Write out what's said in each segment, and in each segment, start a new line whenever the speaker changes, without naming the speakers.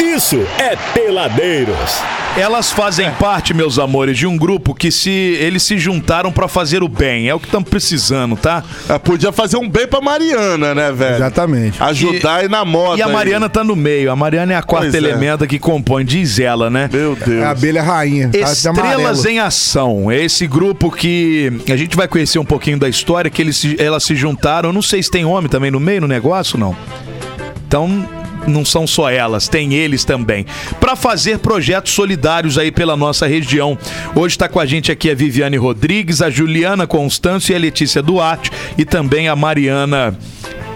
isso é Peladeiros.
Elas
É.
fazem parte, meus amores, de um grupo que se eles se juntaram pra fazer o bem. É o que estamos precisando, tá?
Ah, podia fazer um bem pra Mariana, né, velho?
Ah,
Exatamente.
Ajudar e, na moda.
E a
aí.
Mariana tá no meio. A Mariana é a quarta
Pois é.
elementa que compõe, diz ela, né?
Meu
É
Deus.
a abelha rainha. tá de amarelo.
Estrelas em Ação. É esse grupo que a gente vai conhecer um pouquinho da história, que eles se- elas se juntaram. Não sei se tem homem também no meio no negócio, não. Então. Não são só elas, tem eles também. Pra fazer projetos solidários aí pela nossa região. Hoje tá com a gente aqui a Viviane Rodrigues, a Juliana Constâncio e a Letícia Duarte e também a Mariana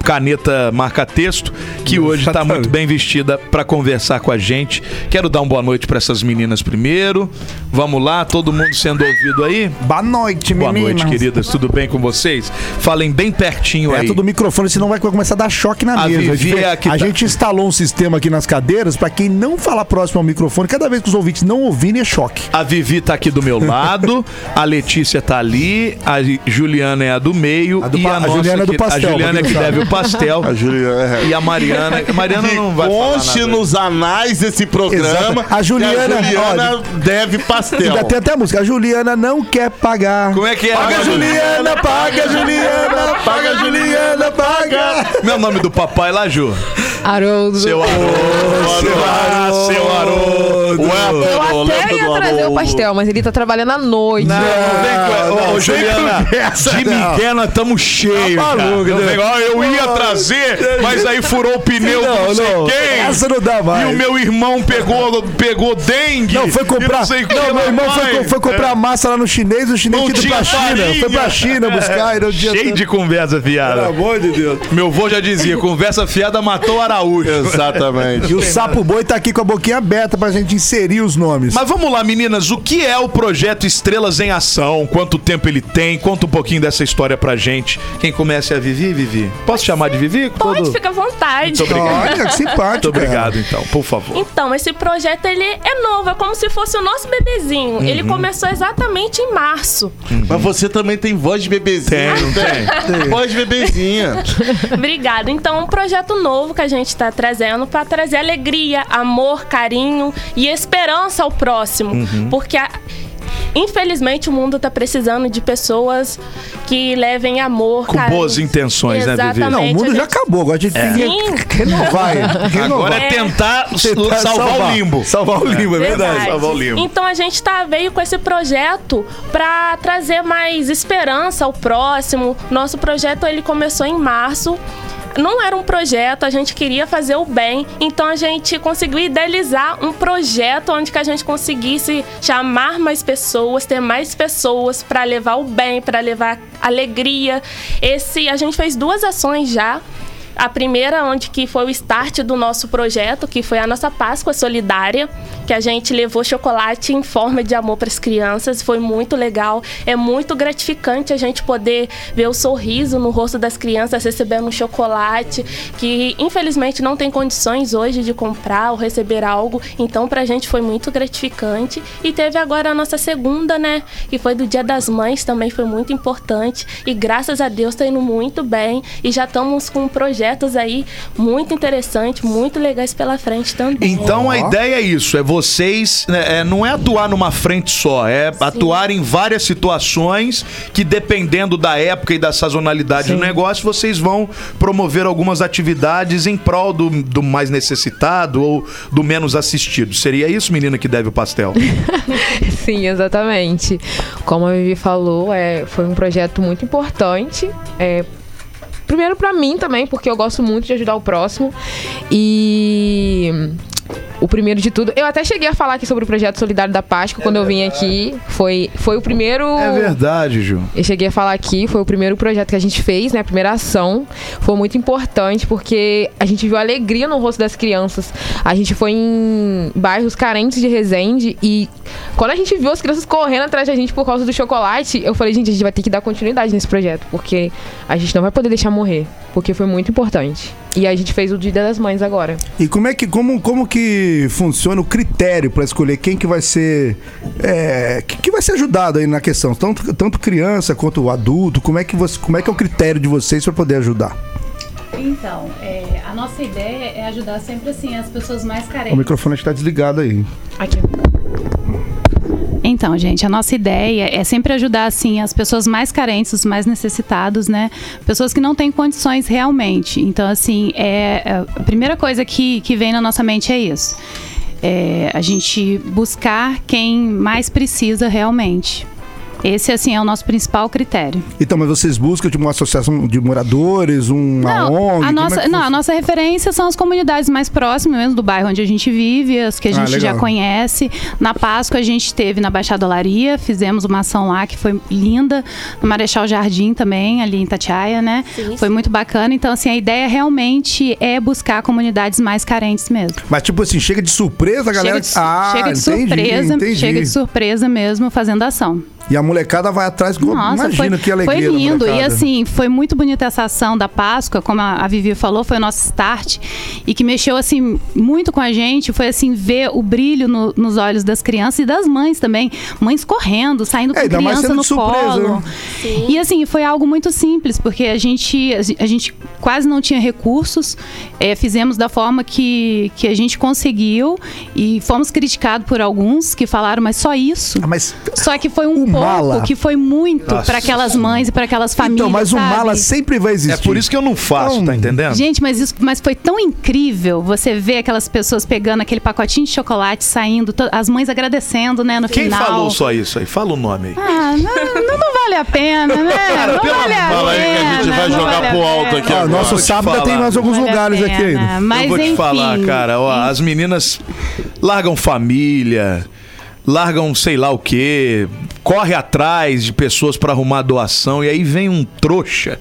Caneta Marca Texto, que hoje tá muito bem vestida pra conversar com a gente. Quero dar uma boa noite pra essas meninas primeiro. Vamos lá, todo mundo sendo ouvido aí.
Boa noite,
Boa
meninas.
noite, queridas. Tudo bem com vocês? Falem bem pertinho aí.
Perto do microfone, senão vai começar a dar choque na
A
mesa.
Vivi
gente-
é a que tá-
gente instalou um sistema aqui nas cadeiras pra quem não falar próximo ao microfone, cada vez que os ouvintes não ouvirem, é choque.
A Vivi tá aqui do meu lado, a Letícia tá ali, a Juliana é a do meio
A do
e
pa-
a,
a
nossa
Juliana é do
que-
pastel,
A Juliana é
pra
que
quem não
deve o pastel
A Juliana. é.
e a Mariana, a Mariana
Que
não vai falar
conste
nada.
nos anais esse programa.
Exato. A Juliana,
que a Juliana deve pastel.
Ainda tem até a música. A Juliana não quer pagar.
Então. Como é que é?
Paga, Juliana, paga, Juliana, paga, Juliana, paga.
Meu nome do papai lá, Ju.
Haroldo.
Seu Haroldo. Seu Haroldo.
Ué,
Eu até ia trazer o pastel, mas ele tá trabalhando à noite.
Não, não vem com... Ô, Juliana, de Miguel nós estamos cheios,
Tá
cara. Não
né?
vem- ó, eu ia trazer, mas aí furou o pneu do não sei quem.
Essa não dá
E
mais.
o meu irmão pegou, pegou dengue.
Não, foi
E
comprar.
não sei o que
Não,
lá
meu irmão foi,
vai.
co- foi comprar massa lá no chinês, o chinês
É. Não
tinha ido
tinha
pra China.
farinha.
Foi pra China buscar. e não tinha
Cheio
tanto.
de conversa
Pelo
fiada.
amor de Deus.
Meu vô já dizia, conversa fiada matou o Araújo.
Exatamente.
E o Sapo Boi tá aqui com a boquinha aberta pra gente inserir os nomes.
Mas vamos lá, meninas, o que é o projeto Estrelas em Ação? Quanto tempo ele tem? Conta um pouquinho dessa história pra gente. Quem começa é a Vivi, Vivi. Posso chamar de Vivi?
Pode,
Todo-
fica à vontade.
Olha, que simpático.
Muito obrigado, então, por favor.
Então, esse projeto ele é novo, é como se fosse o nosso bebezinho.
Uhum.
Ele começou exatamente em março.
Mas você também tem voz de bebezinha.
Tem, tem.
Voz de bebezinha.
Obrigada. Então, um projeto novo que a gente está trazendo para trazer alegria, amor, carinho e esperança ao próximo.
Uhum.
Porque, a- infelizmente, o mundo está precisando de pessoas que levem amor,
Com boas intenções, né, Vivi?
Exatamente.
Não, o mundo já acabou. Agora a gente tem que
Sim,
renovar. ele. Renovar.
Agora é tentar salvar, o limbo.
Salvar o limbo, é
Verdade.
Salvar o limbo.
Então a gente tá, veio com esse projeto para trazer mais esperança ao próximo. Nosso projeto ele começou em março. Não era um projeto, a gente queria fazer o bem, então a gente conseguiu idealizar um projeto onde que a gente conseguisse chamar mais pessoas, ter mais pessoas para levar o bem, para levar alegria. Esse a gente fez duas ações já. A primeira, onde que foi o start do nosso projeto, que foi a nossa Páscoa Solidária, que a gente levou chocolate em forma de amor para as crianças. Foi muito legal. É muito gratificante a gente poder ver o sorriso no rosto das crianças recebendo um chocolate, que infelizmente não tem condições hoje de comprar ou receber algo. Então, para a gente foi muito gratificante. E teve agora a nossa segunda, né? Que foi do Dia das Mães, também foi muito importante. E graças a Deus tá indo muito bem. E já estamos com projetos aí muito interessantes, muito legais pela frente também.
Então a ideia é isso, é vocês, né, é, não é atuar numa frente só, é atuar em várias situações que dependendo da época e da sazonalidade do negócio, vocês vão promover algumas atividades em prol do, do mais necessitado ou do menos assistido. Seria isso, menina que deve o pastel?
Sim, exatamente. Como a Vivi falou, é, foi um projeto muito importante. é, primeiro pra mim também, porque eu gosto muito de ajudar o próximo. E o primeiro de tudo, eu até cheguei a falar aqui sobre o projeto Solidário da Páscoa quando eu vim aqui. Foi, foi o primeiro.
É verdade, Ju.
Eu cheguei a falar aqui, foi o primeiro projeto que a gente fez, né? A primeira ação. Foi muito importante porque a gente viu a alegria no rosto das crianças. A gente foi em bairros carentes de Resende e quando a gente viu as crianças correndo atrás da gente por causa do chocolate, eu falei, gente, a gente vai ter que dar continuidade nesse projeto, porque a gente não vai poder deixar morrer, porque foi muito importante. E a gente fez o Dia das Mães agora.
E como é que como, como que funciona o critério pra escolher quem que vai ser é, que, que vai ser ajudado aí na questão tanto, tanto criança quanto adulto como é que você como é que é o critério de vocês pra poder ajudar
Então, é, a nossa ideia é ajudar sempre assim as pessoas mais
O
carentes.
microfone está desligado aí.
Aqui.
Então, gente, a nossa ideia é sempre ajudar assim as pessoas mais carentes, os mais necessitados, né? Pessoas que não têm condições realmente. Então, assim, é a primeira coisa que, que vem na nossa mente é isso. É a gente buscar quem mais precisa realmente. Esse, assim, é o nosso principal critério.
Então, mas vocês buscam de uma associação de moradores, uma ONG? como
a
é
nossa,
que
não, a nossa referência são as comunidades mais próximas, mesmo do bairro onde a gente vive, as que a gente já
Ah, legal.
conhece. Na Páscoa a gente teve na Baixada Olaria, fizemos uma ação lá que foi linda, no Marechal Jardim também, ali em Tatiaia, né?
Sim,
foi
sim.
muito bacana. Então, assim, a ideia realmente é buscar comunidades mais carentes mesmo.
Mas tipo assim, chega de surpresa, a galera.
chega de, su-
ah,
chega de
entendi,
surpresa,
entendi.
chega de surpresa mesmo fazendo ação.
E a molecada vai atrás.
Nossa,
Imagina
foi,
que alegria.
foi
da
lindo. E
molecada.
assim, foi muito bonita essa ação da Páscoa, como a, a Vivi falou, foi o nosso start. E que mexeu, assim, muito com a gente. Foi assim, ver o brilho no- nos olhos das crianças e das mães também. Mães correndo, saindo
É,
com
ainda mais
criança
sendo
no
de surpresa,
colo.
né?
E assim, foi algo muito simples, porque a gente, a gen- a gente quase não tinha recursos. eh, fizemos da forma que, que a gente conseguiu. E fomos criticados por alguns que falaram, mas só isso.
Ah, mas.
Só que foi um
O
pouco,
mala.
que foi muito para aquelas mães e para aquelas famílias.
então, mas o
sabe?
mala sempre vai
É
existir.
por isso que eu não faço,
Então,
tá entendendo?
Gente, mas isso, mas foi tão incrível você ver aquelas pessoas pegando aquele pacotinho de chocolate saindo, to- as mães agradecendo, né, no
Quem
final.
falou só isso aí? Fala o nome aí.
Ah, não, não, não vale a pena, né? não
pelo
vale
amor- Fala
a pena.
Fala aí que a gente vai
não
jogar
vale a
pro alto
pena.
aqui
Ah,
agora.
nosso
vou te
sábado
falar.
tem mais alguns
Vale a
lugares aqui
pena,
ainda.
Mas
eu vou
enfim,
te falar, cara, ó, as meninas largam família, largam sei lá o quê, corre atrás de pessoas pra arrumar doação e aí vem um trouxa.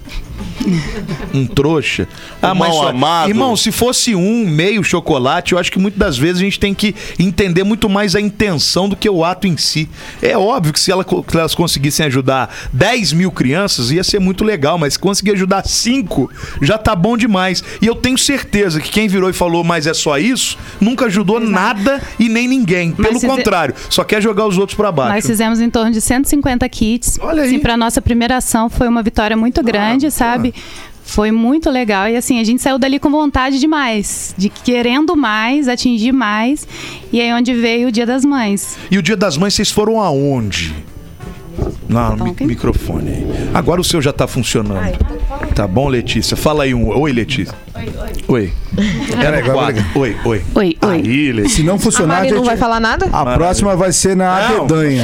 Um trouxa.
Um mal amado.
Irmão, se fosse um meio chocolate, eu acho que muitas das vezes a gente tem que entender muito mais a intenção do que o ato em si. É óbvio que se ela co- que elas conseguissem ajudar 10 mil crianças, ia ser muito legal, mas conseguir ajudar 5 já tá bom demais. E eu tenho certeza que quem virou e falou, mas é só isso, nunca ajudou nada e nem ninguém.
Mas
Pelo
se-
contrário, só quer jogar os outros pra baixo.
Nós fizemos em torno de 150 kits.
Olha aí. Ah,
Assim, para nossa primeira ação foi uma vitória muito grande, sabe? Foi muito legal e assim, a gente saiu dali com vontade demais, de querendo mais, atingir mais. E aí é onde veio o Dia das Mães.
E o Dia das Mães, vocês foram aonde? Não,
Tá
mi-
ok?
microfone aí. Agora o seu já tá funcionando. tá bom, Letícia? Fala aí um. Oi, Letícia. Oi, oi. Era no quadro. Oi, oi.
Oi, oi.
Aí, Letícia.
Se não
A
funcionar, a,
Mari
gente...
não vai falar nada?
a próxima vai ser na
Não.
Adedanha.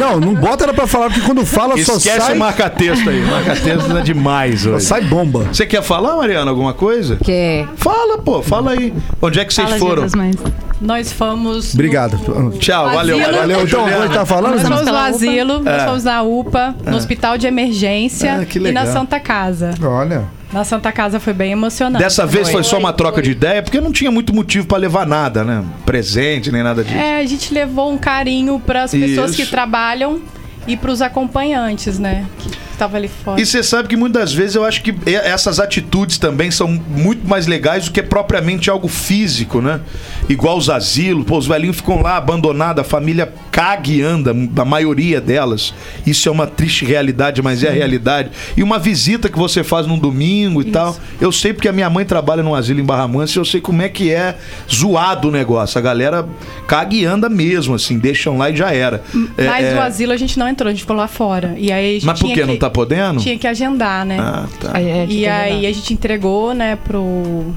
Não, não bota ela pra falar, porque quando fala só
Esquece
sai,
o marca-texto aí. Marca-texto é demais hoje.
sai bomba.
Você quer falar, Mariana, alguma coisa?
Que
Fala, pô. Fala aí. Onde é que vocês
Fala, Dia
foram?
das Mães.
Nós fomos.
Obrigado.
Tchau, valeu.
Asilo.
Valeu,
Valeu,
então,
Juliana.
o que tá falando?
Nós
Vamos
fomos no
pela UPA.
asilo, nós fomos na UPA, no hospital de emergência
É. Ah, que
e na
legal.
Santa Casa.
um-
Olha.
Na Santa Casa foi bem
Tá
emocionante.
Dessa vez foi só uma troca
Foi.
de ideia, porque não tinha muito motivo pra levar nada, né? Presente, nem nada disso.
É, a gente levou um carinho para as pessoas
Isso.
que trabalham e para os acompanhantes, né? Que estavam ali fora.
E você sabe que muitas vezes eu acho que e- essas atitudes também são muito mais legais do que propriamente algo físico, né? Igual os asilos, pô, os velhinhos ficam lá abandonados, a família caga e anda, a maioria delas. Isso é uma triste realidade, mas é a realidade. E uma visita que você faz num domingo e tal. Eu sei porque a minha mãe trabalha num asilo em Barra Mansa e eu sei como é que é zoado o negócio. A galera caga e anda mesmo, assim, deixam lá e já era. É,
Mas
é,
o asilo a gente não entrou, a gente ficou lá fora. E aí a gente
Mas por
tinha
que? Não tá podendo?
Tinha que agendar, né?
Ah, tá.
é,
e aí a gente entregou, né, pro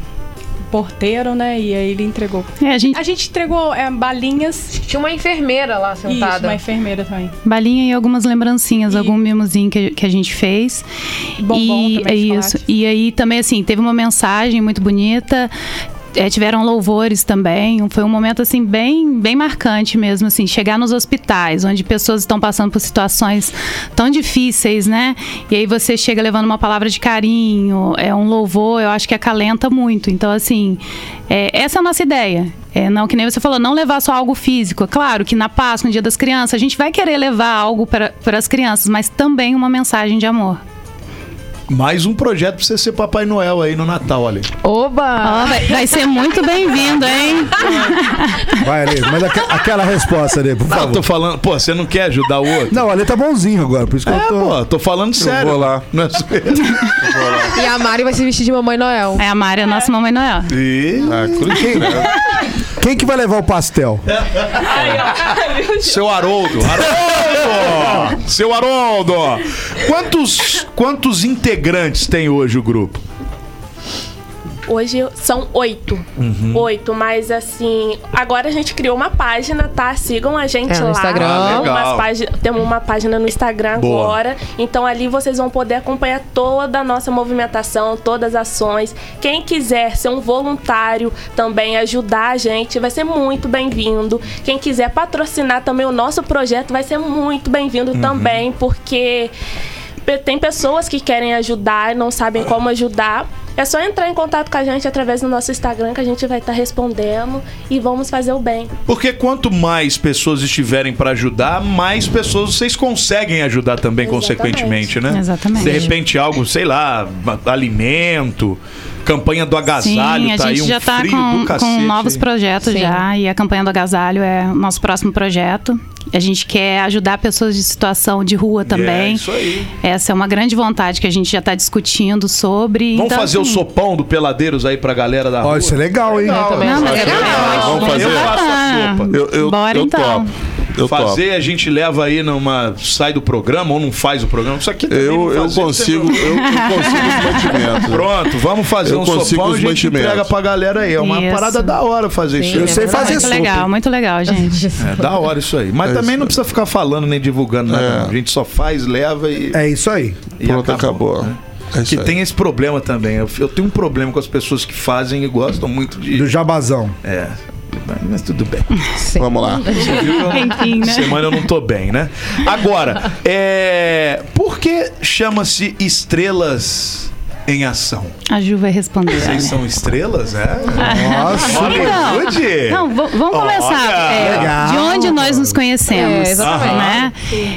porteiro, né? E aí ele entregou.
É, a gente
A gente entregou é, balinhas
Tinha uma enfermeira lá
e isso,
sentada.
uma enfermeira também.
balinha e algumas lembrancinhas,
E-
algum mimozinho que, que a gente fez.
Bombom
e,
também de
é
chocolate.
isso. E aí também assim, teve uma mensagem muito bonita. É, tiveram louvores também. Foi um momento assim bem, bem marcante mesmo, assim, chegar nos hospitais onde pessoas estão passando por situações tão difíceis, né? E aí você chega levando uma palavra de carinho, é um louvor, eu acho que acalenta muito. Então assim, é, essa é a nossa ideia. É, não, que nem você falou, não levar só algo físico. É Claro que na Páscoa, no Dia das Crianças, a gente vai querer levar algo para para as crianças, mas também uma mensagem de amor.
Mais um projeto pra você ser Papai Noel aí no Natal, olha.
Oba!
Ó, vai, vai ser muito bem-vindo, hein?
Vai, Ale, mas aque- aquela resposta ali, por
Não,
favor.
tô falando, pô, você não quer ajudar o outro?
Não, o Ale tá bonzinho agora, por isso que eu
É,
tô.
pô, tô falando sério.
vou lá.
Não é zoeira.
E a Mari vai se vestir de Mamãe Noel.
É a Mari, a nossa Mamãe Noel.
E
Ah, tudo bem, né?
Quem que vai levar o pastel?
seu Haroldo. Haroldo! seu Haroldo! Quantos, quantos integrantes tem hoje o grupo?
Hoje são oito. Oito, mas assim, agora a gente criou uma página, tá? Sigam a gente
É, no
lá.
Instagram. Ah,
Temos,
legal.
umas pági- temos uma página no Instagram
Boa.
agora. Então ali vocês vão poder acompanhar toda a nossa movimentação, todas as ações. Quem quiser ser um voluntário também, ajudar a gente, vai ser muito bem-vindo. Quem quiser patrocinar também o nosso projeto, vai ser muito bem-vindo também, porque pe- tem pessoas que querem ajudar e não sabem como ajudar. É só entrar em contato com a gente através do nosso Instagram que a gente vai estar respondendo e vamos fazer o bem.
Porque quanto mais pessoas estiverem pra ajudar, mais pessoas vocês conseguem ajudar também,
Exatamente.
consequentemente, né?
Exatamente.
De repente, algo, sei lá, alimento, campanha do agasalho,
Sim, a
tá aí
gente
um
já tá
frio
com,
do
com
cacete.
novos
aí.
projetos
Sim.
já e a campanha do agasalho é o nosso próximo projeto. A gente quer ajudar pessoas de situação de rua
É
também.
isso aí.
Essa é uma grande vontade que a gente já está discutindo sobre.
Vamos
Então,
fazer o
assim,
sopão do Peladeiros aí pra galera da
Ó,
rua?
isso é legal, hein?
Eu também
Não,
acho
mas é
legal.
legal. É
Vamos fazer?
Eu faço a sopa.
Eu, eu,
Bora,
eu
então.
topo. Eu topo.
fazer, a gente leva aí numa. sai do programa ou não faz o programa. Isso aqui também não
Eu, eu
fazer, não tem
consigo, eu,
problema.
eu consigo os mantimentos.
Pronto, vamos fazer
Eu
um
consigo
sopão e
os
a gente
mantimentos.
entrega pra galera aí. É uma
Isso. é
parada da hora fazer
Sim,
isso.
Eu sei
verdade.
fazer
Muito
sopa.
legal, muito legal, gente.
É da hora isso aí. Mas
É
também
isso
não precisa ficar falando nem divulgando nada.
É.
não. A gente só faz, leva e.
É isso aí.
e
Pronto, acabou.
né?
É isso
Que
aí.
tem esse problema também. Eu, eu tenho um problema com as pessoas que fazem e gostam muito de.
Do jabazão.
É. Mas tudo bem.
Vamos lá.
Enfim, né?
Semana eu não tô bem, né? Agora, é. Por que chama-se estrelas em ação?
A Ju vai responder.
Vocês são estrelas, é?
Nossa.
Hollywood?
Ah, então. Não, v- vamos
É. Olha.
começar. É,
Legal.
de onde nós nos conhecemos.
É, exatamente.
né?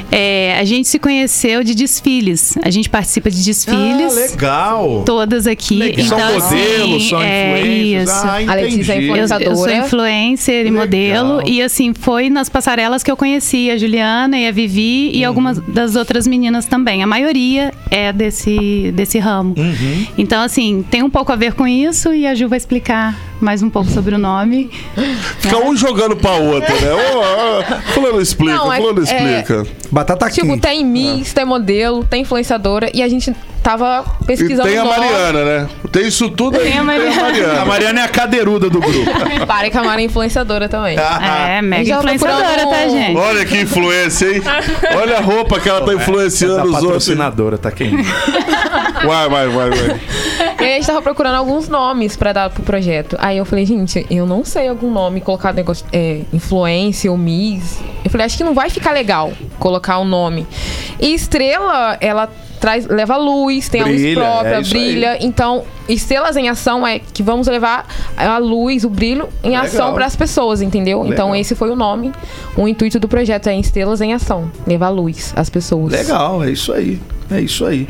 É, a gente se conheceu de desfiles. A gente participa de
Ah,
desfiles.
legal.
todas aqui.
Legal.
Então,
são
assim,
modelos, são
é
influências.
Isso.
Ah,
Letícia é
entendi.
Eu, eu sou
Influenciadora.
influencer e
Legal.
modelo. E assim, foi nas passarelas que eu conheci a Juliana e a Vivi
Uhum.
e algumas das outras meninas também. A maioria é desse, desse ramo.
Uhum.
Então, assim, tem um pouco a ver com isso e a Ju vai explicar mais um pouco sobre o nome.
Fica um jogando pra outra, né? Ô, ô, fulano explica,
Não, é-
fulano
é-
explica.
Batata
Tipo,
quente.
tem Miss, tem modelo, tem influenciadora e a gente tava
Ah. E
pesquisando.
tem a
nome.
Mariana, né? Tem isso tudo aí.
Tem a Mariana.
A Mariana é a cadeiruda do grupo.
Para que a Mara é influenciadora também.
Ah,
É, mega
Já
influenciadora,
procurou
tá,
um-
gente?
Olha que influência, hein? Olha a roupa que ela tá
é, Essa
influenciando os outros.
patrocinadora, tá quem?
Vai, vai, vai, vai.
E aí a gente tava procurando alguns nomes pra dar pro projeto. Aí eu falei, gente, eu não sei algum nome colocado negócio, é, influência ou Miss. Eu falei, acho que não vai ficar legal colocar o nome. E estrela, ela traz, leva luz, tem
Brilha,
a luz própria,
é isso aí.
brilha. Então, estrelas em ação é que vamos levar a luz, o brilho em
Legal.
ação pras pessoas, entendeu? Então, esse foi o nome, o intuito do projeto é estrelas em ação, levar luz às pessoas.
Legal, é isso aí. É isso aí.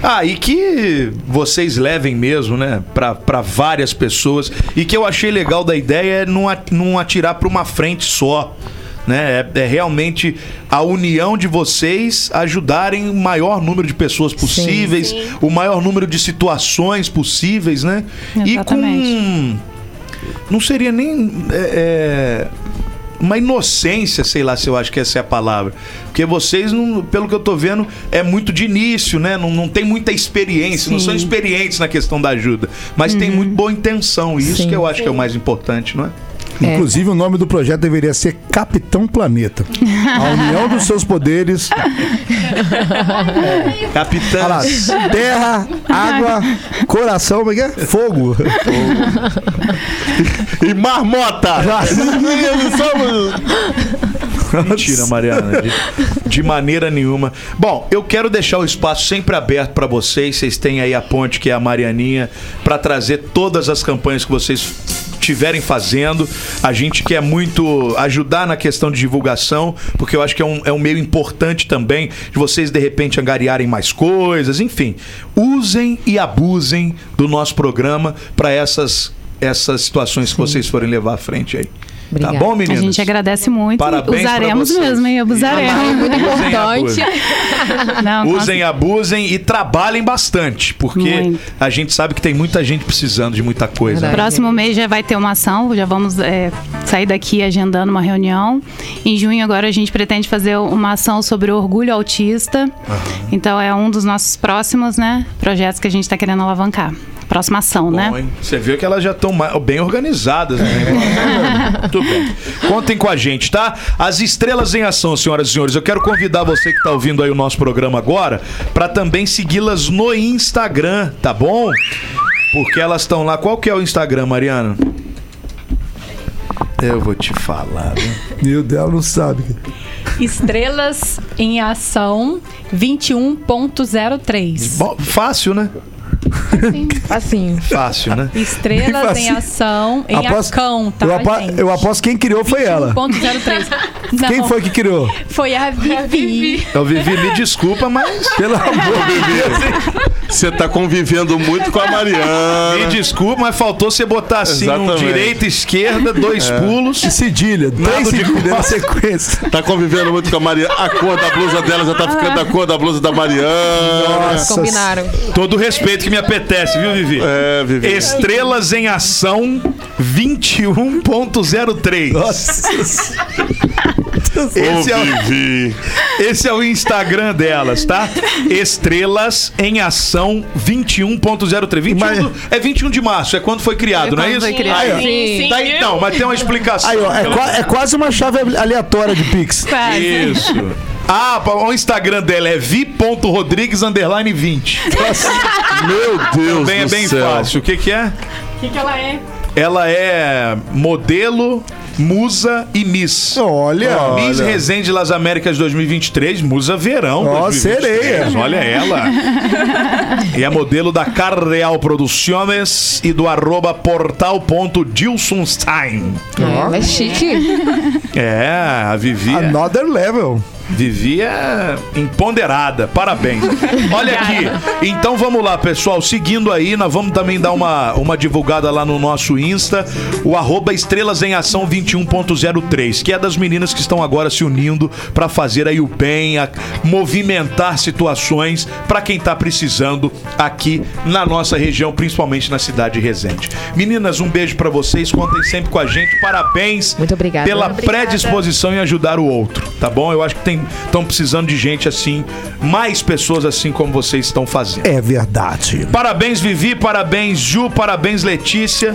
Ah, e que vocês levem mesmo, né, Pra pra várias pessoas. E que eu achei legal da ideia é não, a- não atirar pra uma frente só. Né? É, é realmente a união de vocês ajudarem o maior número de pessoas possíveis, o maior número de situações possíveis, né?
Exatamente.
E com não seria nem é, é, uma inocência, sei lá se eu acho que essa é a palavra. Porque vocês, não- pelo que eu tô vendo, é muito de início, né? Não, não tem muita experiência, não
Sim.
são experientes na questão da ajuda. Mas tem muito boa intenção. E isso
Sim.
que eu acho que é o mais importante, não é?
Inclusive, o nome do projeto deveria ser Capitão Planeta. A união dos seus poderes.
Capitã.
Olha lá, terra, água, coração, como é que é? Fogo.
E marmota! Nós somos
Mentira, Mariana. De, de maneira nenhuma. Bom, eu quero deixar o espaço sempre aberto para vocês. Vocês têm aí a ponte que é a Marianinha para trazer todas as campanhas que vocês estiverem fazendo. A gente quer muito ajudar na questão de divulgação, porque eu acho que é um, é um meio importante também de vocês, de repente, angariarem mais coisas. Enfim, usem e abusem do nosso programa para essas, essas situações que vocês forem levar à frente aí.
Obrigada.
Tá bom,
A
meninos?
gente agradece muito.
Parabéns pra
Usaremos
vocês.
mesmo, hein? Abusaremos.
É, Muito
Usem e abusem.
importante.
Não, com
Usem, abusem e trabalhem bastante, porque
Muito.
a gente sabe que tem muita gente precisando de muita coisa. né?
Verdade.
Próximo mês já vai ter uma ação, já vamos é, sair daqui agendando uma reunião. Em junho agora a gente pretende fazer uma ação sobre o orgulho autista. Então é um dos nossos próximos, né, projetos que a gente está querendo alavancar. Próxima ação, né?
Bom, Então, hein? Você viu que elas já estão bem organizadas. Né?
É.
Muito bem. Contem com a gente, tá? As estrelas em ação, senhoras e senhores. Eu quero convidar você que está ouvindo aí o nosso programa agora para também segui-las no Instagram, tá bom? Porque elas estão lá. Qual que é o Instagram, Mariana? Eu vou te falar. Né?
Meu Deus, ela não sabe.
Estrelas em Ação 21.03.
Bom, fácil, né?
Assim,
Fácil, né?
Estrelas em
Fácil.
Ação em
Aposto-
Acão, tá,
eu, apa-
gente?
eu aposto que quem criou foi ela.
1.03. Não,
Quem foi que criou?
Foi a Vivi.
Então, Vivi, me desculpa, mas.
Pelo amor de
Você tá convivendo muito com a
Me
Mariana.
desculpa, mas faltou você botar assim um
Exatamente.
direita, esquerda, dois
É.
pulos.
Deus. Cedilha, três
de
cedilhas na sequência.
Tá convivendo muito com a Mariana. A cor da blusa dela já tá ficando a cor da blusa da Mariana.
combinaram.
Todo o respeito que me apetece, viu, Vivi?
É, Vivi.
Estrelas em Ação 21.03.
Nossa.
Esse, é, o-
Ô, Vivi.
esse é o Instagram delas, tá? Estrelas em Ação 21.03. 21 do- é 21 de março, é quando foi criado, não é isso?
foi criado.
Aí, ó.
Sim, sim.
Tá aí, não, mas tem uma explicação.
Aí, ó, é, qua- é quase uma chave aleatória de Pix.
Isso. Ah, pá, o Instagram dela é vi.rodrigues 20.
Meu Deus
Bem,
do
é bem
céu.
fácil. O que que é?
O que, que ela é?
Ela é modelo, musa e miss.
Olha.
Miss Resende Las Américas 2023, Musa Verão.
Ó,
2023.
sereia.
Olha ela. e é modelo da Carreal Produciones e do arroba portal.dilsonstein.
É, ela é chique.
É, a Vivi. é-
Another level.
Vivia empoderada, parabéns. Olha aqui, então vamos lá, pessoal. Seguindo aí, nós vamos também dar uma, uma divulgada lá no nosso Insta, o arroba Estrelas em Ação 21.03, que é das meninas que estão agora se unindo para fazer aí o bem, a movimentar situações para quem tá precisando aqui na nossa região, principalmente na cidade de Resende. Meninas, um beijo para vocês, contem sempre com a gente, parabéns
Muito obrigada.
pela
Obrigada.
predisposição em ajudar o outro, tá bom? Eu acho que estão precisando de gente assim, mais pessoas assim como vocês estão fazendo.
É verdade.
Parabéns, Vivi, parabéns, Ju, parabééns, Letícia.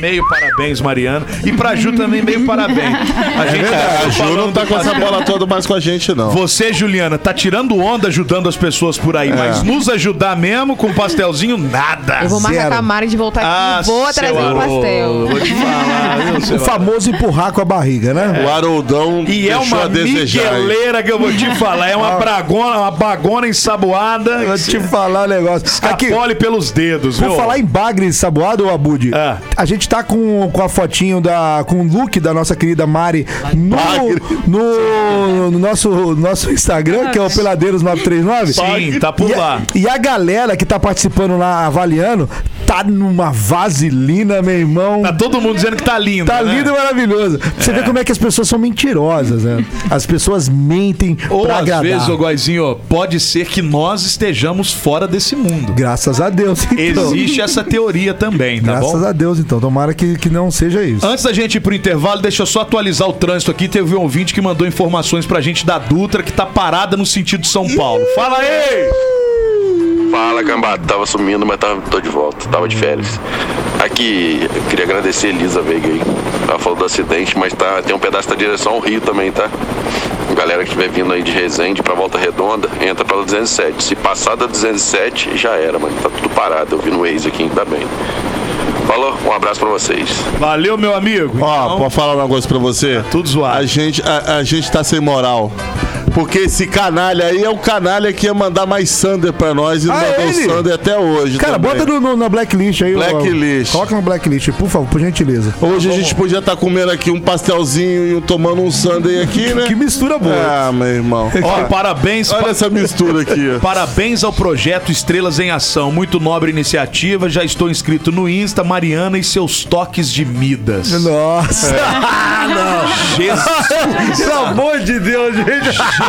Meio parabéns, Mariana. E pra Ju também, meio parabéns. A gente
É, a Ju não
falando
tá com essa
bastante.
bola toda mais com a gente, não.
Você, Juliana, tá tirando onda ajudando as pessoas por
É.
aí, mas nos ajudar mesmo com um pastelzinho, nada.
Eu vou marcar
Zero.
a Mari de voltar aqui
Ah,
e vou
seu
trazer um
Haroldo,
pastel.
Vou te falar, viu, seu
O famoso empurrar com a barriga, né?
O Haroldão
E é
deixou
uma
a desejar. hein?
migueleira que eu vou te falar. É
Ah.
uma bragona, uma bagona ensaboada.
Vou te falar um negócio. Aqui,
Capole pelos dedos,
por
viu?
falar em bagre saboado, ô Abude,
Ah.
a gente tá com, com a fotinho, da, com o look da nossa querida Mari no,
Bagre.
no, no nosso, nosso Instagram, que é o Peladeiros939.
Sim, tá por
E é- a-
lá.
E a galera que tá participando lá, avaliando, tá numa vaselina, meu irmão.
Tá todo mundo dizendo que tá lindo.
Tá
né?
lindo e maravilhoso. Você vê como é que as pessoas são mentirosas, né? As pessoas mentem
Ou
pra
às
agradar.
vezes, ô Goizinho, pode ser que nós estejamos fora desse mundo.
Graças a Deus, então.
Existe essa teoria também, tá
Graças
bom? Ah,
a Deus, então. Tomara que, que não seja isso.
Antes da gente ir pro intervalo, deixa eu só atualizar o trânsito aqui. Teve um ouvinte que mandou informações pra gente da Dutra, que tá parada no sentido de São Paulo. Fala aí!
Fala, gambá. Tava sumindo, mas tava, tô de volta. Tava de férias. Aqui, eu queria agradecer a Elisa Veiga aí. Ela falou do acidente, mas tá, tem um pedaço da direção ao Rio também, tá? Galera que estiver vindo aí de Resende pra Volta Redonda, entra pela 207. Se passar da 207, já era, mano. Tá tudo parado. Eu vi no Waze aqui, ainda bem. Falou, um abraço pra vocês.
Valeu, meu amigo. Então,
Ó, posso falar uma coisa pra você?
É Tudo zoado.
A gente, a, a gente tá sem moral. Porque esse canalha aí é o canalha que ia mandar mais Sander pra nós e não
Ah,
é
mandou
ele?
Sander até hoje.
Cara,
também.
bota no, no- na blacklist aí.
Blacklist.
ó. Coloca na blacklist, por favor, por gentileza.
Hoje a gente podia estar comendo aqui um pastelzinho e um- tomando um sundae aqui, né?
Que mistura boa.
Ah, meu irmão.
Ó, parabéns.
Olha essa mistura aqui. ó.
Parabéns ao projeto Estrelas em Ação, muito nobre iniciativa. Já estou inscrito no Insta, Mariana e seus toques de Midas. Ah,
Nossa.
Jesus!
Pelo amor de Deus, gente.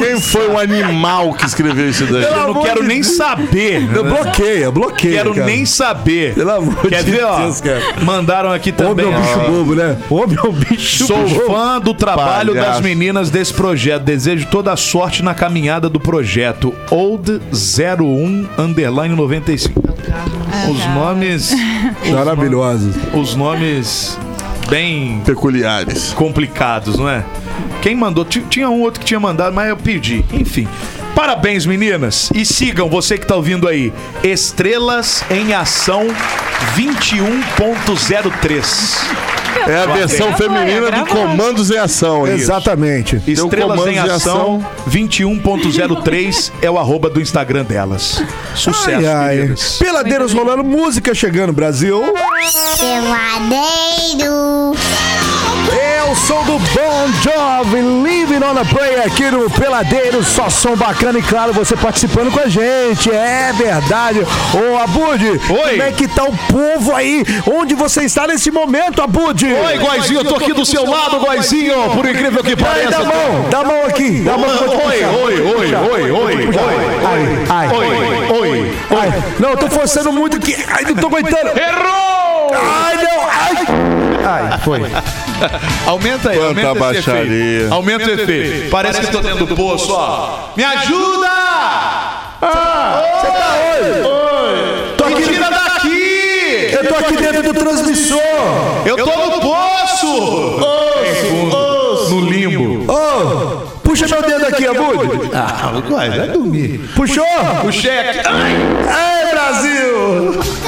Quem foi o animal que escreveu isso daí?
Eu não
amor
quero
de
nem
Deus.
saber.
Eu bloqueia, bloqueia.
Quero
cara.
nem saber.
Pelo amor
Quer
de
ver, ó?
Deus, cara.
Mandaram aqui
Homem
também.
é um bicho
ó.
bobo, né? Homem é um bicho
Sou
bobo.
fã do trabalho
Palhaço.
das meninas desse projeto. Desejo toda a sorte na caminhada do projeto. Old 01 Underline 95. Os nomes. os
Maravilhoso.
no- Os nomes bem
Peculiares.
complicados, não é? Quem mandou? Ti- Tinha um outro que tinha mandado, mas eu pedi. Enfim. Parabéns, meninas. E sigam você que tá ouvindo aí. Estrelas em Ação 21.03.
É a versão feminina do Comandos em Ação. isso.
Exatamente.
Deu
Estrelas em
comandos de
Ação,
ação.
21.03 é o arroba do Instagram delas. Sucesso,
Ai, ai.
meninas.
Peladeiros rolando, música chegando, Brasil.
Peladeiro.
Eu sou do Bon Jovi, Living on a Prayer aqui no Peladeiro, só som bacana e claro, você participando com a gente, é verdade. Ô Abud, como é que tá o povo aí? Onde você está nesse momento, Abud?
Oi, Goizinho, eu tô aqui do seu lado, Goizinho, por incrível que
Aí,
pareça.
dá a mão, dá a mão aqui, dá a mão que eu vou te
Oi,
puxar.
oi, oi, oi, oi, oi.
Ai, ai,
Oi, oi.
ai. Não, eu tô forçando muito que. Ai, não tô aguentando. Errou! Ai, não, ai. Ai, foi.
Aumenta aí,
Quanta
aumenta esse
baixaria.
efeito. Aumenta o efeito. Parece que eu tô dentro do poço, ó. Me ajuda!
Tô
Me
aqui,
tira daqui!
eu tô aqui dentro do transmissor.
Eu tô no poço! No limbo.
Ô, puxa meu dedo aqui, Abud.
Ah, Vai dormir.
Puxou?
Puxei aqui.
Ei, Brasil!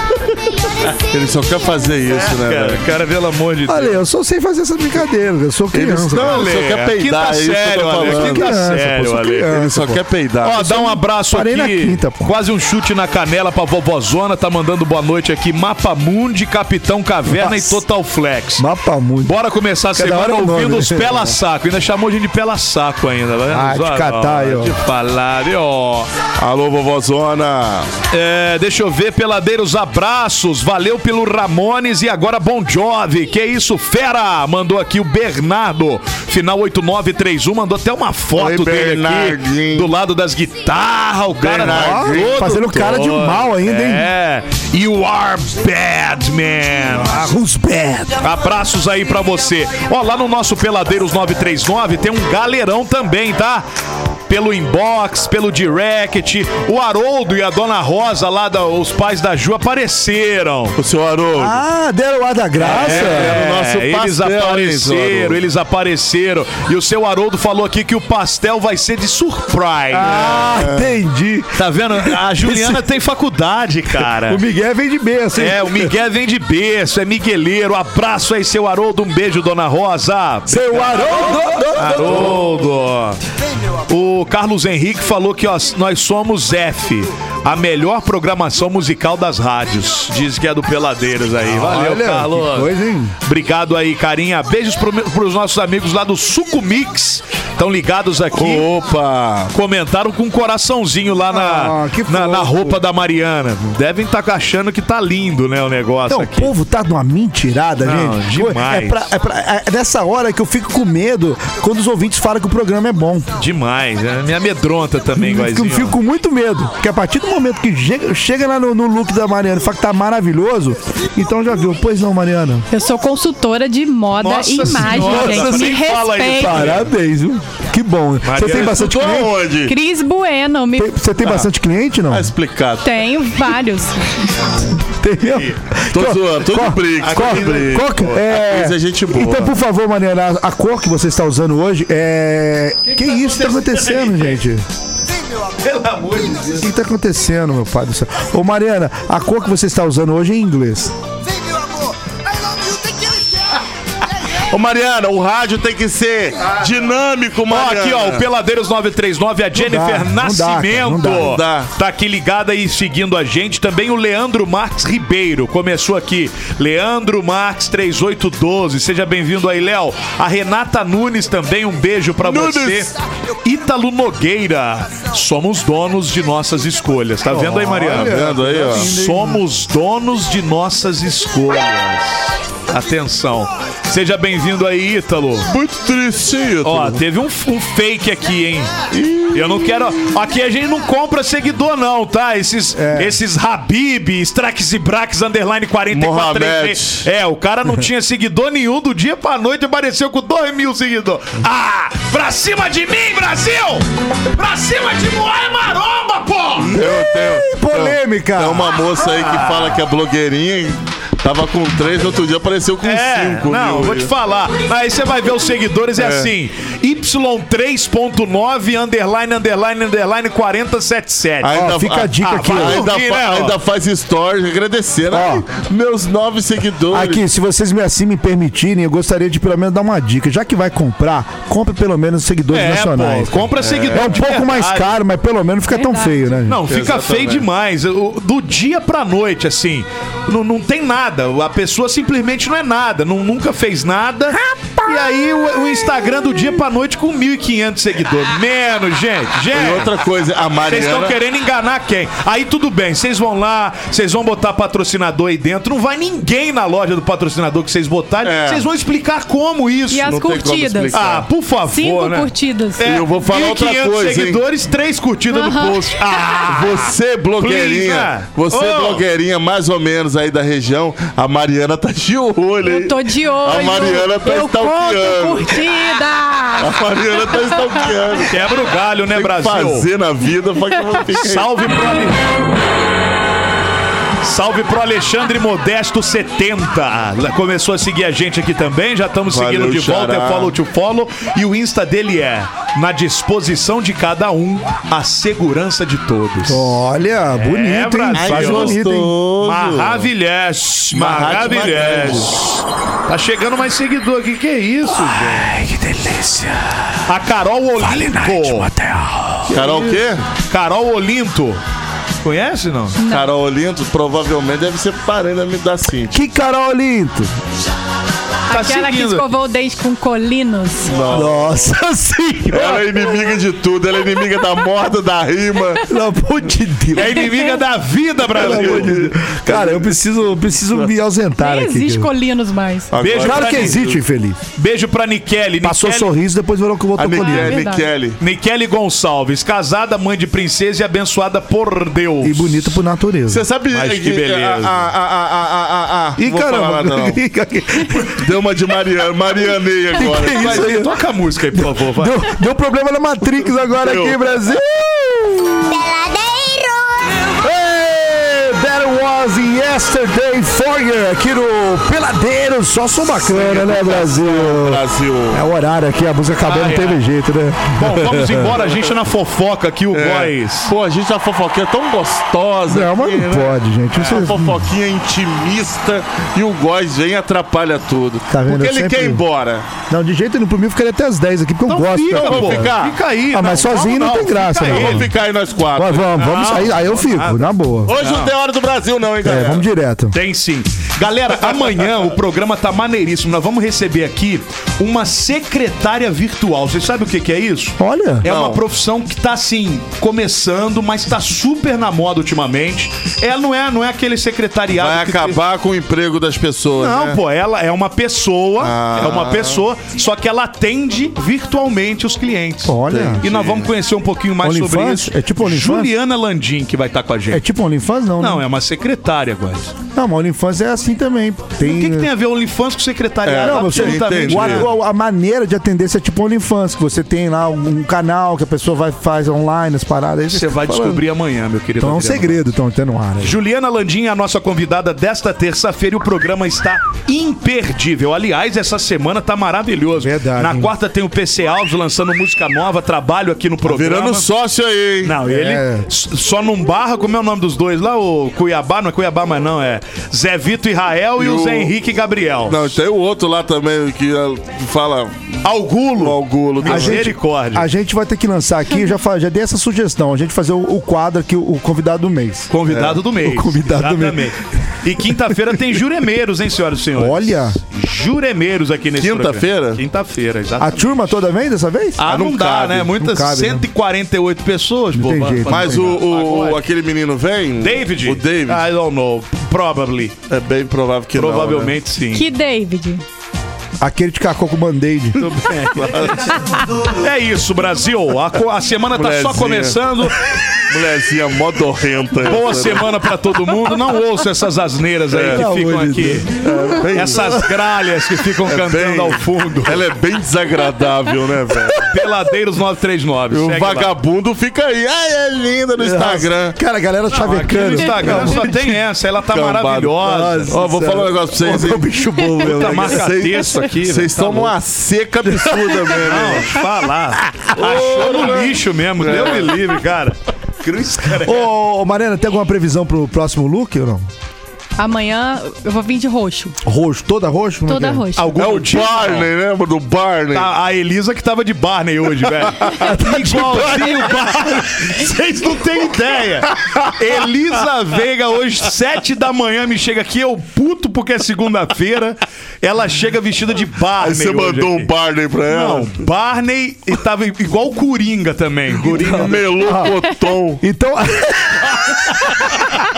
Ele só quer fazer isso, né, velho?
Cara, cara, pelo amor de Deus.
Olha, eu só sei fazer essas brincadeiras, eu sou criança.
Não, ele só quer peidar, é isso que eu tô falando.
Quinta
Criança, pô,
sério,
sou
Ale.
criança.
Ele só quer peidar.
Ó, dá um abraço
parei
aqui.
na quinta, pô.
Quase um chute na canela pra vovozona. Tá mandando boa noite aqui. Mapa Mundi, Capitão Caverna e
Nossa.
Total Flex.
Mapa muito.
Bora começar a
Cada
semana
hora é um
ouvindo
nome,
os
né?
Pela Saco. Ainda chamou a gente de Pela Saco ainda. Tá vendo?
Ah, de
Olha,
catar aí, ó.
De falar, viu? ó.
Alô, vovozona.
É, deixa eu ver, peladeiros, abraços. Valeu pelo Ramones e agora Bon Jovi. Que isso, fera! Mandou aqui o Bernardo. Final 8931, mandou até uma foto
Oi,
dele aqui.
Bernardinho.
Do lado das guitarras, o cara tá
Bernardinho.
todo
Fazendo cara de um
todo.
mal ainda, hein?
É. You are bad, man.
Who's bad?
Abraços aí pra você. Ó, lá no nosso Peladeiros 939 tem um galerão também, tá? Pelo inbox, pelo direct. O Haroldo e a dona Rosa lá, da- os pais da Ju, apareceram.
O senhor Haroldo.
Ah, deram o ar da graça?
É, o nosso
eles
pastel, hein, seu
apareceram,
Haroldo?
eles apareceram. E o seu Haroldo falou aqui que o pastel vai ser de surprise.
Ah, entendi.
Tá vendo? A Juliana tem faculdade, cara.
O Miguel vem de berço, hein?
É, o Miguel vem de berço, é migueleiro. Abraço aí, seu Haroldo. Um beijo, dona Rosa.
Seu
Ah,
Haroldo!
Haroldo. O Carlos Henrique falou que ó, nós somos F, a melhor programação musical das rádios. Diz que é do Peladeiras aí. Valeu,
Olha,
Carlos.
que coisa, hein?
Obrigado aí, carinha. Beijos pro, pros nossos amigos lá do Suco Mix. Estão ligados aqui.
Opa.
Comentaram com um coraçãozinho lá na,
Ah, que
na, na
fofo.
roupa da Mariana. Devem estar achando que tá lindo, né, o negócio
Então, o
aqui.
povo tá numa mentirada,
Não,
gente.
demais.
É, pra- é pra- é nessa hora que eu fico com medo quando os ouvintes falam que o programa é bom.
Demais, né? Me amedronta também,
Eu fico-
Guazinho.
né?
fico com muito medo. Porque a partir do momento que chega, chega lá no, no look da Mariana e fala que tá maravilhoso, então já viu. Pois não, Mariana.
Eu sou consultora de moda
Nossa
e imagem,
Senhora,
gente. Me
nem fala isso,
respeita.
Parabéns, viu? Que bom.
Mariana,
Você tem bastante
Tô
cliente?
aonde?
Cris Bueno, me
Tem- Você tem bastante cliente, não?
Tá explicado.
tenho vários.
Tem mesmo?
Tô
Co-
zoando, tudo
co-
briga.
co-
tudo briga.
Coca,
A
é...
coisa é gente boa.
Então, por favor, Mariana, a- a cor que você está usando hoje é. Que, isso tá acontecendo, gente?
Pelo amor de Deus.
O que tá acontecendo, meu pai do céu? Ô, Mariana, a cor que você está usando hoje é em inglês.
Ô, Mariana, o rádio tem que ser dinâmico,
Ó,
Mariana.
aqui, ó, o Peladeiros 939, a Jennifer
dá, não dá,
Nascimento.
cara, não dá, não dá.
Tá aqui ligada e seguindo a gente. Também o Leandro Marques Ribeiro. Começou aqui. Leandro Marques 3812. Seja bem-vindo aí, Léo. A Renata Nunes também, um beijo pra
Nunes.
você. Ítalo Nogueira. Somos donos de nossas escolhas. Tá vendo aí, Mariana?
Tá vendo aí, ó?
Somos donos de nossas escolhas. Atenção. Seja bem-vindo aí, Ítalo.
Muito triste, Ítalo.
Ó, teve um, um fake aqui, hein? Eu não quero. Aqui a gente não compra seguidor, não, tá? Esses, esses Habib, Strax e Brax, underline 44
Mohamed.
três- É, o cara não tinha seguidor nenhum do dia pra noite, apareceu com 2 mil seguidores. Ah! Pra cima de mim, Brasil! Pra cima de Moá e Maromba, pô!
Eu tenho.
polêmica.
um, Tem uma moça aí que fala que é blogueirinha. hein? Tava com três, outro dia apareceu com
É,
cinco.
não,
mil
vou
aí.
te falar. Aí você vai ver os seguidores, é, assim: Y3.9, underline, underline, underline 4077.
Ainda-
fica a dica aqui, ó.
Ainda,
Dormir,
fa-
ah, né, ó.
ainda faz stories agradecendo. Ai, meus nove seguidores.
Aqui, se vocês me assim me permitirem, eu gostaria de pelo menos dar uma dica. Já que vai comprar, compre pelo menos os seguidores
É,
nacionais.
pô, compra seguidor
É um
de
pouco mais
verdade.
caro, mas pelo menos fica tão feio, né? gente?
Não, fica
Exatamente.
feio demais. O- Do dia pra noite, assim. Não, não tem nada. A pessoa simplesmente não é nada. Não, nunca fez nada. E aí o, o Instagram do dia pra noite com 1.500 seguidores. Menos, gente.
E
Gente.
outra coisa, a
Vocês estão
Mariana.
querendo enganar quem? Aí tudo bem, vocês vão lá, vocês vão botar patrocinador aí dentro. Não vai ninguém na loja do patrocinador que vocês botarem.
É.
Vocês vão explicar como isso.
E as
não tem como
curtidas?
explicar.
Ah, por favor,
Cinco
né?
curtidas.
É,
E eu vou falar outra
1.500
coisa, hein?
seguidores, três curtidas no post. Ah!
Você, blogueirinha,
Please,
você,
ah. Oh.
blogueirinha, mais ou menos aí da região, a Mariana tá de olho, hein?
Eu tô de olho.
A Mariana tá
eu
stalkeando.
conto curtida.
A Mariana tá stalkeando.
Quebra o galho,
Tem
né,
que
Brasil?
fazer na vida pra que eu fique
Salve pro Ale- Salve pro Alexandre Modesto 70. Lá Começou a seguir a gente aqui também, já estamos
Valeu,
seguindo de volta,
xará.
é follow to follow. E o Insta dele é, na disposição de cada um, a segurança de todos.
Olha, bonito, hein?
É, Brasil.
Faz bonito, hein?
Maravilhas, maravilhas. Tá chegando mais seguidor aqui, que isso, gente?
Ai, que delícia.
A Carol Olimpo.
Carol o quê?
Carol Olinto. Conhece, não?
Carol Olinto provavelmente deve ser parente me da Cintia.
Que Carol Linto.
Tá
Aquela que
seguindo.
escovou o dente com colinos.
Nossa senhora.
Ela é inimiga de tudo, ela é inimiga da moda, da rima.
Pelo amor de Deus.
É inimiga da vida,
Pelo amor
Brasil.
de Deus. Cara, eu preciso, eu preciso me ausentar
Nem
aqui.
existe
cara.
colinos mais.
Agora-
Beijo,
Claro que existe, infeliz.
Beijo pra Nikele.
Passou
Nikele-
sorriso, depois virou que
A
voltou com
é
Michele,
verdade.
Michele.
Nikele Gonçalves, casada, mãe de princesa e abençoada por Deus.
E bonito por natureza.
Você sabe
Mas que beleza.
A, a, a, a, a, a, a.
Ih,
Vou falar
caramba.
nada, não.
Ih, cara, que-
Deu uma de Mariana, Marianei agora.
Que
Vai,
isso aí?
Toca a música aí, por favor. vai.
Deu, deu problema na Matrix agora
Deu.
aqui, Brasil! Hey, That was yesterday for you aqui no Peladeiro, só som bacana, né, Brasil?
Brasil.
É o horário aqui, a música acabou,
Ah, é.
Ai,
não teve
ai.
jeito, né?
Bom, vamos embora. A gente tá na fofoca aqui, o
É.
Góis.
um É. Pô, a gente tá fofoquinha tão gostosa.
Não, mas
aqui,
não
né?
pode, gente.
Essa
Vocês-
fofoquinha intimista e o Góis vem e atrapalha tudo.
Tá vendo?
Porque
Eu
ele
sempre-
quer ir embora.
Não, de jeito nenhum, por mim eu ficaria até as 10 aqui, porque eu gosto.
Então fica,
né, cara.
pô. Fica.
Fica aí.
Ah, mas sozinho não
vamos
tem graça,
fica
não.
aí.
Vamos ficar aí nós quatro.
Mas vamos, vamos
Não,
aí, aí eu fico, na boa.
Hoje não. tem hora do Brasil, não, hein,
É,
galera?
vamos direto.
Tem sim. Galera, amanhã o programa tá maneiríssimo. Nós vamos receber aqui uma secretária virtual. Vocês sabem o que que é isso?
Olha,
É uma
Não.
profissão que tá assim, começando, mas tá super na moda ultimamente. Ela não é, não é aquele secretariado.
Vai
que-
acabar com o emprego das pessoas.
Não,
né?
pô, ela é uma pessoa,
Ah.
é uma pessoa, só que ela atende virtualmente os clientes.
Olha.
E nós vamos conhecer um pouquinho mais sobre
OnlyFans?
isso.
É tipo OnlyFans?
Juliana Landim que vai estar com a
é
gente.
tipo OnlyFans, não,
Não,
né?
é uma secretária, agora.
Não, mas OnlyFans é assim também. Tem... é,
O que, que tem a ver OnlyFans com tá secretariado?
Não, você
Absolutamente.
o a- o- a, maneira de atender se é tipo OnlyFans, que você tem lá um, um canal que a pessoa vai faz online, as paradas. aí
Você vai
falando.
descobrir amanhã, meu querido.
Então é um
Adriano.
segredo, então, até no ar. né?
Juliana Landim é a nossa convidada desta terça-feira e o programa está imperdível. Aliás, essa semana tá maravilhoso.
Verdade,
Na
hein?
quarta tem o PC Alves lançando música nova, trabalho aqui
Tá
no programa.
Virando sócio aí, hein?
Não, ele
É.
s- só num barra, como é o nome dos dois lá? O Cuiabá, não é Cuiabá, mas não, é Zé Vito e Israel e,
E
o
o-
Zé Henrique Gabriel.
Não, tem o outro lá também que eh, fala.
Algulo.
Algulo.
A gente-
Misericórdia.
A gente vai ter que lançar aqui, eu já, fa- já dei essa sugestão, a gente fazer o, o quadro aqui, o, o convidado do mês.
Convidado do mês.
O convidado do mês.
E quinta-feira tem juremeiros, hein, senhoras e senhores?
Olha,
Juremeiros aqui nesse
Quinta-feira?
programa. Quinta-feira,
a
exatamente.
turma toda vem dessa vez?
Ah, não,
não
dá,
cabe,
né? Muitas
não cabe, né?
148 pessoas,
tem
boba.
jeito.
Mas o, o- aquele menino vem?
David?
O David?
Ah.
I don't know. Probably.
É bem provável que
Provavelmente sim.
Que David?
Aquele de cacou com band-aid.
É isso, Brasil. A, co- a semana tá só
Mulherzinha.
começando.
não. Né? Mulherzinha mó dorrenta.
Boa semana pra todo mundo. Não ouça essas asneiras aí
É.
que
Pelo
ficam
amor de
aqui. Essas gralhas que ficam cantando
é bem-
ao fundo.
Ela é bem desagradável, né, velho?
Peladeiros
E
939.
o
Segue lá.
vagabundo fica aí. Ai, é linda no Instagram.
Cara, a galera
Aqui no
chavecando.
Instagram só tem essa, ela tá
Cambada.
maravilhosa.
Ó, vou falar um negócio pra vocês. hein?
bicho bom, meu.
Puta
né?
marca
Vocês-
texto aqui. velho.
Vocês
Tá
são
louco.
uma seca absurda
Não,
mesmo.
falar. Achou no lixo mesmo. Deus me
É.
livre, cara. Cruz, cara.
Ô, ô, Mariana, tem alguma previsão pro próximo look ou não?
Amanhã eu vou vir de roxo.
Roxo, toda roxo? Como é
Toda
que é?
roxa.
Algum
É o
motivo, não?
Barney, lembra do Barney?
Tá A, a Elisa que tava de Barney hoje, velho. Igualzinho o Barney. Vocês não têm ideia. Elisa Veiga, hoje, sete da manhã, me chega aqui. Eu puto porque é segunda-feira. Ela chega vestida de Barney.
Aí você
hoje
mandou
aqui.
um Barney pra ela?
Não, Barney e tava igual o Coringa também. Coringa.
Melocotom.
Então.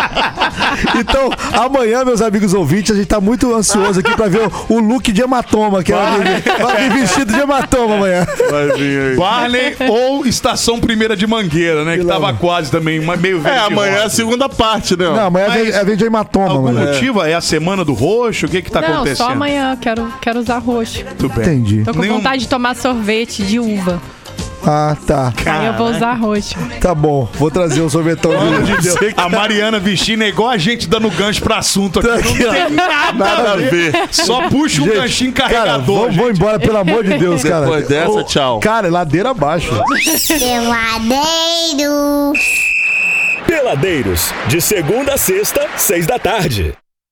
então, amanhã, meus amigos ouvintes, a gente tá muito ansioso aqui pra ver o, o look de hematoma que é ela vai vir- vai vir vestido de hematoma amanhã.
Vai vir aí.
Barney ou Estação Primeira de Mangueira, né? Que tava quase também, mas meio
É,
verde
amanhã é a
rosa.
segunda parte, né?
Não, amanhã
Mas-
vem, é vem de hematoma,
Algum
mano.
motivo? É a semana do roxo? O que que tá
Não,
acontecendo?
só amanhã. Quero, quero usar roxo.
Muito bem.
Entendi.
Tô com
Nenhum-
vontade de tomar sorvete de uva.
Ah, tá.
Aí eu vou usar roxo.
Tá bom. Vou trazer o sorvetão
Pelo
de
amor de Deus. A Mariana Vestindo é igual a gente dando gancho pra assunto
Tá
aqui. Não tem nada,
Nada a ver.
Só puxa um
Gente,
ganchinho
Cara,
carregador.
vou, vou embora, pelo amor de Deus, cara.
Depois dessa,
Ô,
tchau.
Cara, ladeira abaixo.
Peladeiros, de segunda a sexta, seis da tarde.